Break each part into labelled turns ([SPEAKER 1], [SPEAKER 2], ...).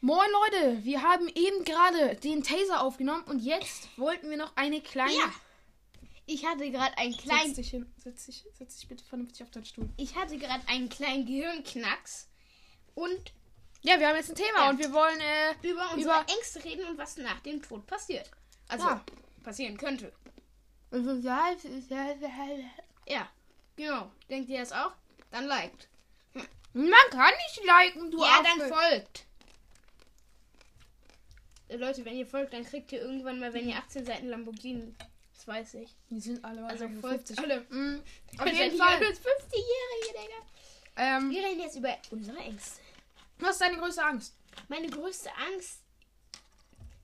[SPEAKER 1] Moin Leute, wir haben eben gerade den Taser aufgenommen und jetzt wollten wir noch eine kleine.
[SPEAKER 2] Ja. Ich hatte gerade einen
[SPEAKER 1] Setz
[SPEAKER 2] kleinen,
[SPEAKER 1] dich hin, setz dich, setz dich bitte vernünftig auf deinen Stuhl.
[SPEAKER 2] ich hatte gerade einen kleinen Gehirnknacks und
[SPEAKER 1] Ja, wir haben jetzt ein Thema
[SPEAKER 2] Ja.
[SPEAKER 1] und wir wollen äh,
[SPEAKER 2] über unsere
[SPEAKER 1] Über-
[SPEAKER 2] Ängste reden und was nach dem Tod passiert. Also
[SPEAKER 1] Ja.
[SPEAKER 2] passieren könnte.
[SPEAKER 1] Man
[SPEAKER 2] Ja, genau. Denkt ihr das auch? Dann liked.
[SPEAKER 1] kann nicht liken, du ne?
[SPEAKER 2] ja,
[SPEAKER 1] Affe.
[SPEAKER 2] dann folgt. Äh, Leute, wenn ihr folgt, dann kriegt ihr irgendwann mal, wenn ihr 18 Seiten Lamborghini, das weiß ich.
[SPEAKER 1] Die sind alle
[SPEAKER 2] Also
[SPEAKER 1] wahrscheinlich
[SPEAKER 2] folgt alle.
[SPEAKER 1] Mm, auf
[SPEAKER 2] Wenn
[SPEAKER 1] jeden
[SPEAKER 2] ihr
[SPEAKER 1] Fall.
[SPEAKER 2] als 50-Jährige, Digga.
[SPEAKER 1] Ähm,
[SPEAKER 2] Wir reden jetzt über unsere Ängste.
[SPEAKER 1] was ist deine größte Angst?
[SPEAKER 2] Meine größte Angst,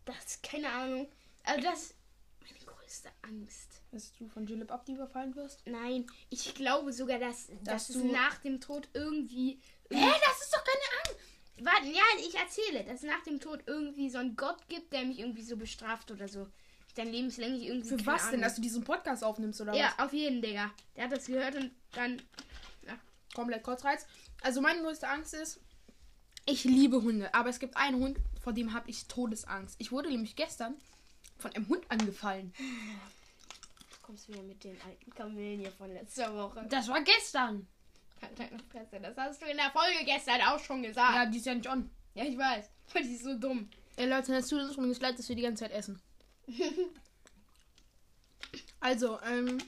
[SPEAKER 2] das, keine Ahnung, also das, meine größte Angst.
[SPEAKER 1] Dass du von Julep Abdi überfallen wirst?
[SPEAKER 2] Nein, ich glaube sogar, dass, dass, es
[SPEAKER 1] du-
[SPEAKER 2] nach dem Tod irgendwie,
[SPEAKER 1] Hä, das ist doch keine Angst.
[SPEAKER 2] warte, ja, ich erzähle, dass es nach dem Tod irgendwie so einen Gott gibt, der mich irgendwie so bestraft oder so. Ich dann lebenslänglich irgendwie,
[SPEAKER 1] Für
[SPEAKER 2] keine
[SPEAKER 1] was denn,
[SPEAKER 2] Ahnung.
[SPEAKER 1] dass du diesen Podcast aufnimmst oder
[SPEAKER 2] Ja,
[SPEAKER 1] was?
[SPEAKER 2] auf jeden, Digga. Der hat das gehört und dann,
[SPEAKER 1] Komplett Kotzreiz. Also meine größte Angst ist, ich liebe Hunde, aber es gibt einen Hund, vor dem habe ich Todesangst. Ich wurde nämlich gestern von einem Hund angefallen.
[SPEAKER 2] kommst du wieder mit den alten Kamelen hier von letzter Woche. Halt,
[SPEAKER 1] Das war gestern.
[SPEAKER 2] Das hast du in der Folge gestern auch schon gesagt.
[SPEAKER 1] Ja, die ist ja nicht on.
[SPEAKER 2] Ja, ich weiß. Aber die ist so dumm.
[SPEAKER 1] Ey Leute, das tut uns übrigens leid, dass wir die ganze Zeit essen. also, ähm,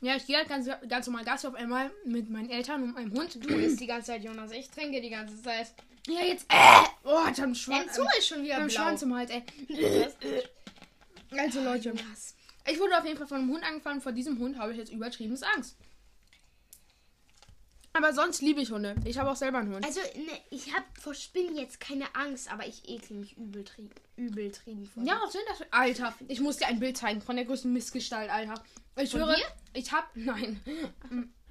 [SPEAKER 1] ja, ich gehe halt ganz, ganz normal Gas auf einmal mit meinen Eltern und meinem Hund.
[SPEAKER 2] Du isst die ganze Zeit, Jonas. Ich trinke die ganze Zeit.
[SPEAKER 1] Ja, jetzt. Äh, oh, ich hab einen Schwan.
[SPEAKER 2] Dein Zunge ist schon
[SPEAKER 1] Ich
[SPEAKER 2] wieder
[SPEAKER 1] hab einen Schwan
[SPEAKER 2] blau.
[SPEAKER 1] zum Hals, halt, ey.
[SPEAKER 2] Das-
[SPEAKER 1] Also Leute,
[SPEAKER 2] Jonas.
[SPEAKER 1] ich wurde auf jeden Fall von einem Hund angefallen. Vor diesem Hund habe ich jetzt übertriebenes Angst. Aber sonst liebe ich Hunde. Ich habe auch selber einen Hund.
[SPEAKER 2] Also, ne, ich hab vor Spinnen jetzt keine Angst, aber ich ekel mich übeltrieb, übeltrieben vor.
[SPEAKER 1] Ja, was sind das? für- Alter, ich muss dir ein Bild zeigen von der größten Missgestalt, Alter. Ich
[SPEAKER 2] Von
[SPEAKER 1] höre,
[SPEAKER 2] dir?
[SPEAKER 1] ich hab, nein,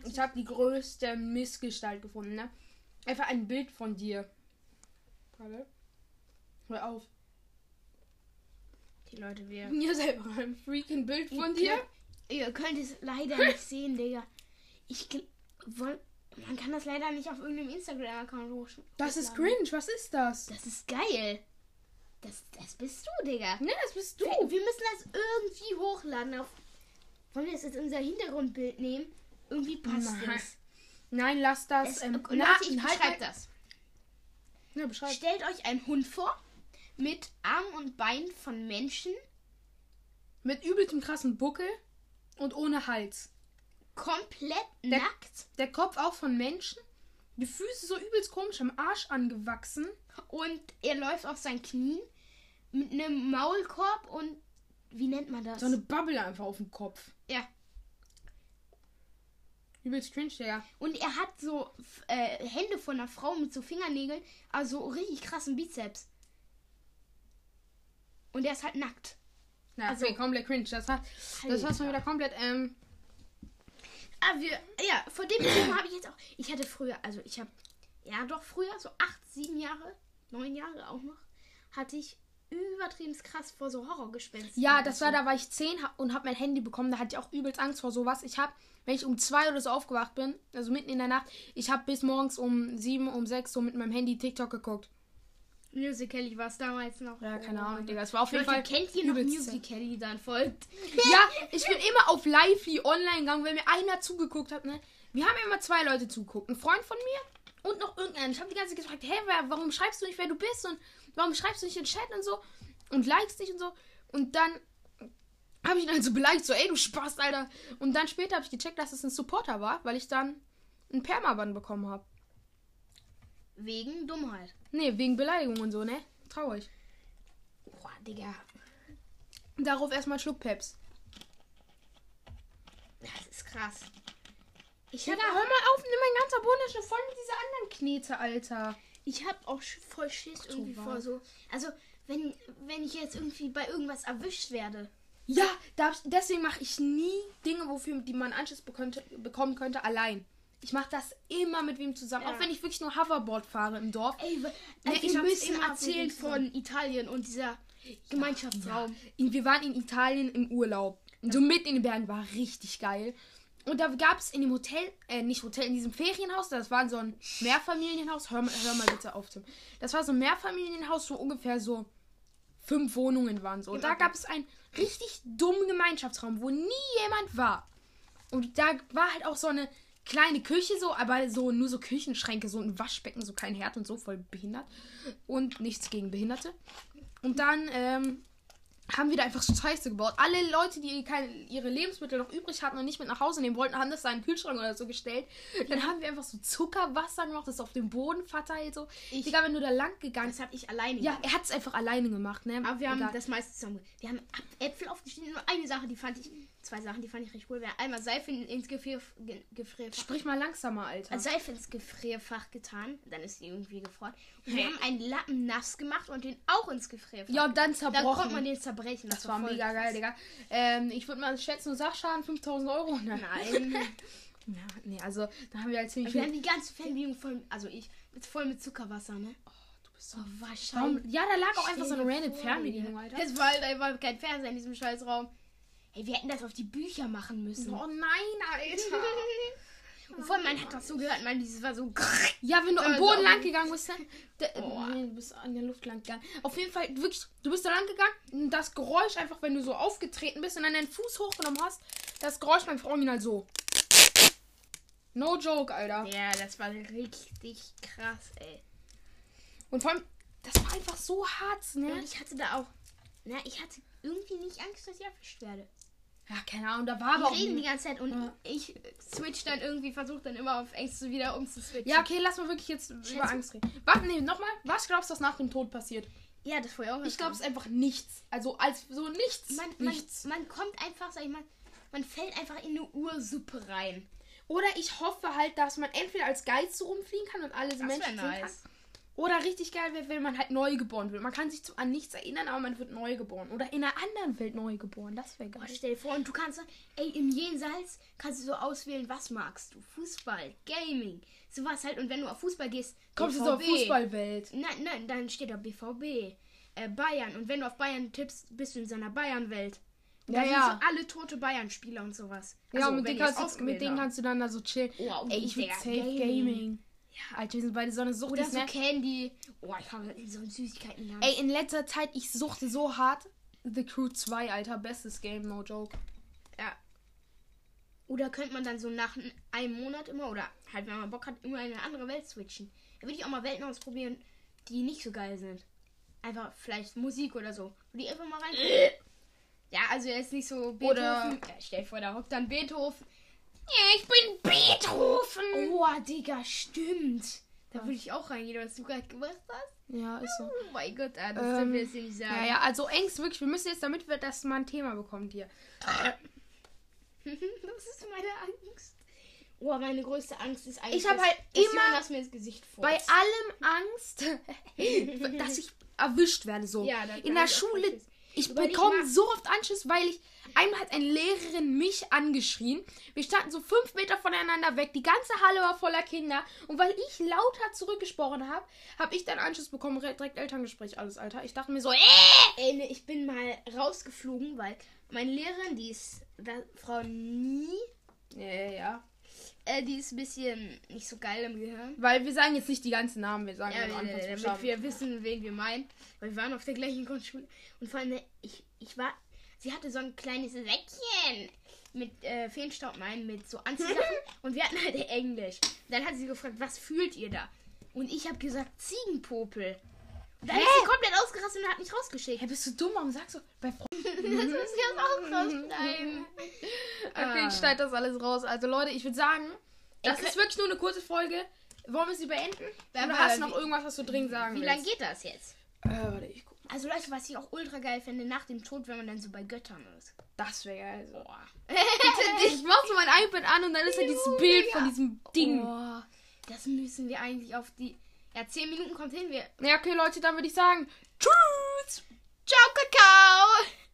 [SPEAKER 1] ich hab die größte Missgestalt gefunden, ne? Einfach ein Bild von dir. Warte. Hör auf.
[SPEAKER 2] Die Leute, wir.
[SPEAKER 1] Mir selber ein freaking Bild von dir.
[SPEAKER 2] Ihr könnt es leider nicht sehen, Digga. Ich gl- woll, Man kann das leider nicht auf irgendeinem Instagram-Account hoch.
[SPEAKER 1] Das ist
[SPEAKER 2] hochladen.
[SPEAKER 1] cringe, was ist das?
[SPEAKER 2] Das ist geil. Das, das bist du, Digga.
[SPEAKER 1] Ne, das bist du.
[SPEAKER 2] Wir, wir müssen das irgendwie hochladen. Auf, wollen wir das jetzt unser Hintergrundbild nehmen? Irgendwie passt
[SPEAKER 1] Nein.
[SPEAKER 2] das.
[SPEAKER 1] Nein, lass das.
[SPEAKER 2] Es-
[SPEAKER 1] ähm,
[SPEAKER 2] Leute, ich
[SPEAKER 1] halt mal-
[SPEAKER 2] beschreibe das.
[SPEAKER 1] Ja, beschreib.
[SPEAKER 2] Stellt euch einen Hund vor mit Arm und Bein von Menschen,
[SPEAKER 1] Mit übelstem krassen Buckel und ohne Hals.
[SPEAKER 2] komplett
[SPEAKER 1] Der-
[SPEAKER 2] nackt
[SPEAKER 1] Der Kopf auch von Menschen. Die Füße so übelst komisch am Arsch angewachsen.
[SPEAKER 2] und er läuft auf seinen Knien mit einem Maulkorb und wie nennt man das?
[SPEAKER 1] So eine Bubble einfach auf dem Kopf.
[SPEAKER 2] ja.
[SPEAKER 1] Übelst cringe, Digga.
[SPEAKER 2] Und er hat so f- äh, Hände von einer Frau mit so Fingernägeln, also richtig krassen Bizeps. Und er ist halt nackt.
[SPEAKER 1] Na,
[SPEAKER 2] Also-
[SPEAKER 1] also, okay, komplett cringe. Das war, das war's mal wieder komplett, ähm,
[SPEAKER 2] Ah, wir, ja, vor dem Thema habe ich jetzt auch. Ich hatte früher, also ich habe, ja doch früher, so acht, sieben Jahre, neun Jahre auch noch, hatte ich übertrieben krass vor so Horrorgespenstern.
[SPEAKER 1] ja, das war, da war ich 10 ha- und hab mein Handy bekommen. Da hatte ich auch übelst Angst vor sowas. Ich hab, wenn ich um 2 oder so aufgewacht bin, also mitten in der Nacht, ich hab bis morgens um 7, um 6 so mit meinem Handy TikTok geguckt.
[SPEAKER 2] Music Kelly war es damals noch.
[SPEAKER 1] Ja, keine
[SPEAKER 2] Oh
[SPEAKER 1] Ahnung,
[SPEAKER 2] mein
[SPEAKER 1] Digga. Das war auf jeden
[SPEAKER 2] Leute,
[SPEAKER 1] Fall
[SPEAKER 2] kennt ihr noch
[SPEAKER 1] übelst
[SPEAKER 2] Music Kelly, dann folgt.
[SPEAKER 1] Ja, ich bin immer auf Lively online gegangen, wenn mir einer zugeguckt hat. Ne? Wir haben immer zwei Leute zugeguckt. Ein Freund von mir und noch irgendeinen. Ich habe die ganze Zeit gefragt, hey, wer, warum schreibst du nicht, wer du bist? Und warum schreibst du nicht in den Chat und so? Und likest nicht und so. Und dann habe ich ihn also beleidigt, so, ey, du Spaß, Alter. Und dann später habe ich gecheckt, dass es ein Supporter war, weil ich dann ein Permaban bekommen habe.
[SPEAKER 2] Wegen Dummheit.
[SPEAKER 1] Nee, wegen Beleidigung und so, ne? Traurig.
[SPEAKER 2] Boah, Digga.
[SPEAKER 1] Darauf erstmal einen Schluck Peps.
[SPEAKER 2] Das ist krass. Ich
[SPEAKER 1] Ja,
[SPEAKER 2] hatte
[SPEAKER 1] da hör mal auf, nimm mein ganzer Boden ist schon voll mit dieser anderen Knete, Alter.
[SPEAKER 2] Ich hab auch sch- voll Schiss irgendwie
[SPEAKER 1] so
[SPEAKER 2] vor
[SPEAKER 1] wahr.
[SPEAKER 2] so. Also, wenn, wenn ich jetzt irgendwie bei irgendwas erwischt werde.
[SPEAKER 1] Ja, da hab ich, deswegen mache ich nie Dinge, wofür die man Anschiss bekönnte, bekommen könnte, allein. Ich mache das immer mit wem zusammen,
[SPEAKER 2] Ja.
[SPEAKER 1] auch wenn ich wirklich nur Hoverboard fahre im Dorf.
[SPEAKER 2] Ey, wir
[SPEAKER 1] Nee, ich
[SPEAKER 2] ich
[SPEAKER 1] hab's
[SPEAKER 2] müssen
[SPEAKER 1] immer
[SPEAKER 2] erzählen
[SPEAKER 1] abgewiesen.
[SPEAKER 2] von Italien und dieser Gemeinschaftsraum.
[SPEAKER 1] In- Wir waren in Italien im Urlaub. So mit in den Bergen war richtig geil. Und da gab es in dem Hotel, äh, nicht Hotel, in diesem Ferienhaus, das war so ein Mehrfamilienhaus. Hör, mal- hör mal bitte auf, Tim. Das war so ein Mehrfamilienhaus, wo ungefähr so fünf Wohnungen waren. So. Und da gab es einen richtig dummen Gemeinschaftsraum, wo nie jemand war. Und da war halt auch so eine kleine Küche so, aber so nur so Küchenschränke, so ein Waschbecken, so kein Herd und so, voll behindert. Und nichts gegen Behinderte. Und dann ähm, haben wir da einfach Scheiße gebaut. Alle Leute, die keine, ihre Lebensmittel noch übrig hatten und nicht mit nach Hause nehmen wollten, haben das da in den Kühlschrank oder so gestellt. Dann haben wir einfach so Zuckerwasser gemacht, das auf dem Boden verteilt. So.
[SPEAKER 2] Ich-
[SPEAKER 1] Digga, wenn du da lang gegangen
[SPEAKER 2] Das habe ich alleine
[SPEAKER 1] ja,
[SPEAKER 2] gemacht.
[SPEAKER 1] er hat es einfach alleine gemacht, ne?
[SPEAKER 2] Aber wir haben
[SPEAKER 1] Egal.
[SPEAKER 2] das meiste zusammen. Wir haben Ap- Äpfel aufgeschnitten. Nur eine Sache, die fand ich. Zwei Sachen, die fand ich richtig cool. Wir haben einmal Seife in- ins Gefrier, ge, Gefrierfach.
[SPEAKER 1] Sprich mal langsamer, Alter.
[SPEAKER 2] Also Seife ins Gefrierfach getan. Dann ist die irgendwie gefroren. Und
[SPEAKER 1] Hä?
[SPEAKER 2] wir haben einen Lappen nass gemacht und den auch ins Gefrierfach.
[SPEAKER 1] ja, und dann
[SPEAKER 2] dann konnte
[SPEAKER 1] zerbrochen.
[SPEAKER 2] man den zerbrechen.
[SPEAKER 1] das war
[SPEAKER 2] voll
[SPEAKER 1] mega
[SPEAKER 2] krass.
[SPEAKER 1] geil, Digga. Ähm, ich würde mal schätzen, Sachschaden 5000 Euro. Ne?
[SPEAKER 2] Nein.
[SPEAKER 1] Ja, nee, also, da haben wir halt ziemlich
[SPEAKER 2] wir haben
[SPEAKER 1] viel-
[SPEAKER 2] die ganze Fernbedienung voll, also ich, mit, voll mit Zuckerwasser, ne?
[SPEAKER 1] Du bist so
[SPEAKER 2] Oh, wahrscheinlich.
[SPEAKER 1] Warum- Ja, da lag auch einfach so
[SPEAKER 2] Stell
[SPEAKER 1] eine
[SPEAKER 2] dir
[SPEAKER 1] random
[SPEAKER 2] vor,
[SPEAKER 1] Fernbedienung,
[SPEAKER 2] Digga.
[SPEAKER 1] Alter.
[SPEAKER 2] Es war halt einfach kein Fernseher in diesem Scheißraum. Ey, wir hätten das auf die Bücher machen müssen.
[SPEAKER 1] Oh nein, Alter.
[SPEAKER 2] Und vor allem, man hat das so gehört, man, dieses war so.
[SPEAKER 1] Ja, wenn du Äh, am
[SPEAKER 2] Also,
[SPEAKER 1] Boden
[SPEAKER 2] aber-
[SPEAKER 1] lang gegangen bist, dann. Da,
[SPEAKER 2] Boah.
[SPEAKER 1] nee, du bist an der Luft lang gegangen. Auf jeden Fall, wirklich, du bist da lang gegangen. und Das Geräusch einfach, wenn du so aufgetreten bist und dann deinen Fuß hochgenommen hast, das Geräusch war einfach original so. No joke, Alter.
[SPEAKER 2] Ja, das war richtig krass, ey.
[SPEAKER 1] Und vor allem, das war einfach so hart,
[SPEAKER 2] Und
[SPEAKER 1] ne?
[SPEAKER 2] ich hatte da auch. Na, ich hatte irgendwie nicht Angst, dass ich erwischt werde.
[SPEAKER 1] Ja, keine Ahnung, da war aber
[SPEAKER 2] Wir
[SPEAKER 1] auch.
[SPEAKER 2] reden die ganze Zeit und
[SPEAKER 1] Ja.
[SPEAKER 2] ich switch dann irgendwie, versuche dann immer auf Ängste wieder umzuswitchen.
[SPEAKER 1] Ja, okay, lass mal wirklich jetzt über
[SPEAKER 2] Schätze-
[SPEAKER 1] Angst reden. Warte, nee, nochmal. Was glaubst du, was nach dem Tod passiert?
[SPEAKER 2] ja das war ja auch
[SPEAKER 1] Ich glaube, es ist einfach nichts. Also, als so nichts.
[SPEAKER 2] man, man,
[SPEAKER 1] nichts.
[SPEAKER 2] man kommt einfach, sag ich mal, man fällt einfach in eine Ursuppe rein.
[SPEAKER 1] Oder ich hoffe halt, dass man entweder als Geist so rumfliegen kann und alle so
[SPEAKER 2] Das wäre
[SPEAKER 1] Menschen sehen
[SPEAKER 2] nice.
[SPEAKER 1] kann. Oder richtig geil wäre, wenn man halt neu geboren wird. Man kann sich zu- an nichts erinnern, aber man wird neu geboren. Oder in einer anderen Welt neu geboren. Das wäre
[SPEAKER 2] Boah,
[SPEAKER 1] geil.
[SPEAKER 2] Also stell dir vor, und du kannst, ey, im Jenseits kannst du so auswählen, was magst du? Fußball, Gaming, sowas halt. Und wenn du auf Fußball gehst,
[SPEAKER 1] Kommst du
[SPEAKER 2] BVB.
[SPEAKER 1] so auf Fußballwelt?
[SPEAKER 2] Nein, nein, dann steht da BVB, äh, Bayern. Und wenn du auf Bayern tippst, bist du in so einer Bayern-Welt. Und Da
[SPEAKER 1] Ja,
[SPEAKER 2] sind
[SPEAKER 1] ja.
[SPEAKER 2] so alle tote Bayern-Spieler und sowas.
[SPEAKER 1] Ja,
[SPEAKER 2] Also,
[SPEAKER 1] mit,
[SPEAKER 2] wenn
[SPEAKER 1] denen
[SPEAKER 2] die es
[SPEAKER 1] kannst, du- mit
[SPEAKER 2] ausgewählt
[SPEAKER 1] denen
[SPEAKER 2] haben.
[SPEAKER 1] kannst du dann da so chillen.
[SPEAKER 2] Wow,
[SPEAKER 1] Ey, ich will
[SPEAKER 2] der
[SPEAKER 1] safe Gaming. Ja, Alter, wir sind beide so eine Sucht.
[SPEAKER 2] Oder
[SPEAKER 1] ne?
[SPEAKER 2] so Candy. Oh, ich habe so einen Süßigkeitenladen.
[SPEAKER 1] Ey, in letzter Zeit, ich suchte so hart. The Crew 2, Alter, bestes Game, no joke.
[SPEAKER 2] Ja. Oder könnte man dann so nach n- einem Monat immer, oder halt, wenn man Bock hat, immer in eine andere Welt switchen. Da würde ich auch mal Welten ausprobieren, die nicht so geil sind. Einfach vielleicht Musik oder so. Würde ich einfach mal rein. ja, also er ist nicht so Beethoven.
[SPEAKER 1] Oder-
[SPEAKER 2] ja, stell dir vor, da hockt dann Beethoven. Ja, ich bin Beethoven. Oh, Digga, stimmt. Da würde ich auch reingehen, was du gerade gemacht hast.
[SPEAKER 1] Ja, ist so.
[SPEAKER 2] Oh mein Gott, ah, das dürfen wir
[SPEAKER 1] Ähm,
[SPEAKER 2] jetzt hier nicht sagen.
[SPEAKER 1] Ja, ja, also Ängste, wirklich, wir müssen jetzt, damit wir das mal ein Thema bekommen hier.
[SPEAKER 2] das ist meine Angst. Oh, meine größte Angst ist eigentlich,
[SPEAKER 1] Ich hab
[SPEAKER 2] dass-
[SPEAKER 1] halt
[SPEAKER 2] dass
[SPEAKER 1] immer
[SPEAKER 2] Jonas mir ins Gesicht furzt.
[SPEAKER 1] bei allem Angst, dass ich erwischt werde. So
[SPEAKER 2] Ja, dann
[SPEAKER 1] in der
[SPEAKER 2] hab ich auch
[SPEAKER 1] Schule,
[SPEAKER 2] Anschiss.
[SPEAKER 1] ich
[SPEAKER 2] Überleg
[SPEAKER 1] bekomme
[SPEAKER 2] mal.
[SPEAKER 1] so oft Anschiss, weil ich einmal hat eine Lehrerin mich angeschrien. Wir standen so fünf Meter voneinander weg, die ganze Halle war voller Kinder und weil ich lauter zurückgesprochen habe, habe ich dann Anschiss bekommen, re- direkt Elterngespräch, alles Alter. Ich dachte mir so, äh!
[SPEAKER 2] Ey, ne, ich bin mal rausgeflogen, weil meine Lehrerin, die ist da, Frau Nie,
[SPEAKER 1] ja, ja,
[SPEAKER 2] äh, die ist ein bisschen nicht so geil im Gehirn.
[SPEAKER 1] weil wir sagen jetzt nicht die ganzen Namen, wir sagen
[SPEAKER 2] Ja,
[SPEAKER 1] ja, nur
[SPEAKER 2] ne, ne, ne, damit
[SPEAKER 1] Anfangsbuchstaben.
[SPEAKER 2] wir wissen, wen wir meinen. Weil wir waren auf der gleichen Grundschule. Und vor allem, ne, ich, ich war. Sie hatte so ein kleines Säckchen mit äh, Feenstaub, nein, mit so Anziehsachen. und wir hatten halt Englisch. Und dann hat sie gefragt, was fühlt ihr da? Und ich habe gesagt, Ziegenpopel. Und dann ist sie komplett ausgerastet und hat mich rausgeschickt.
[SPEAKER 1] Hä, bist du dumm? Warum sagst du bei Frau
[SPEAKER 2] Das müssen wir auch rausschneiden.
[SPEAKER 1] Okay,
[SPEAKER 2] Ah.
[SPEAKER 1] ich schneide das alles raus. Also Leute, ich würde sagen, das
[SPEAKER 2] kö-
[SPEAKER 1] ist wirklich nur eine kurze Folge. Wollen wir sie beenden?
[SPEAKER 2] Ja,
[SPEAKER 1] Oder
[SPEAKER 2] aber
[SPEAKER 1] hast du noch
[SPEAKER 2] wie-
[SPEAKER 1] irgendwas, was du dringend sagen
[SPEAKER 2] Wie
[SPEAKER 1] willst?
[SPEAKER 2] lange geht das jetzt?
[SPEAKER 1] Äh, warte, ich guck.
[SPEAKER 2] Also Leute, was ich auch ultra geil finde, nach dem Tod, wenn man dann so bei Göttern ist.
[SPEAKER 1] Das wäre geil. So. Bitte, ich mach so mein iPad an und dann ist da dieses
[SPEAKER 2] Jo,
[SPEAKER 1] Bild
[SPEAKER 2] Digga.
[SPEAKER 1] von diesem Ding.
[SPEAKER 2] Oh, das müssen wir eigentlich auf die... Ja, 10 Minuten kommt hin. Wir...
[SPEAKER 1] Ja, okay, Leute, dann würde ich sagen, tschüss.
[SPEAKER 2] Ciao, Kakao!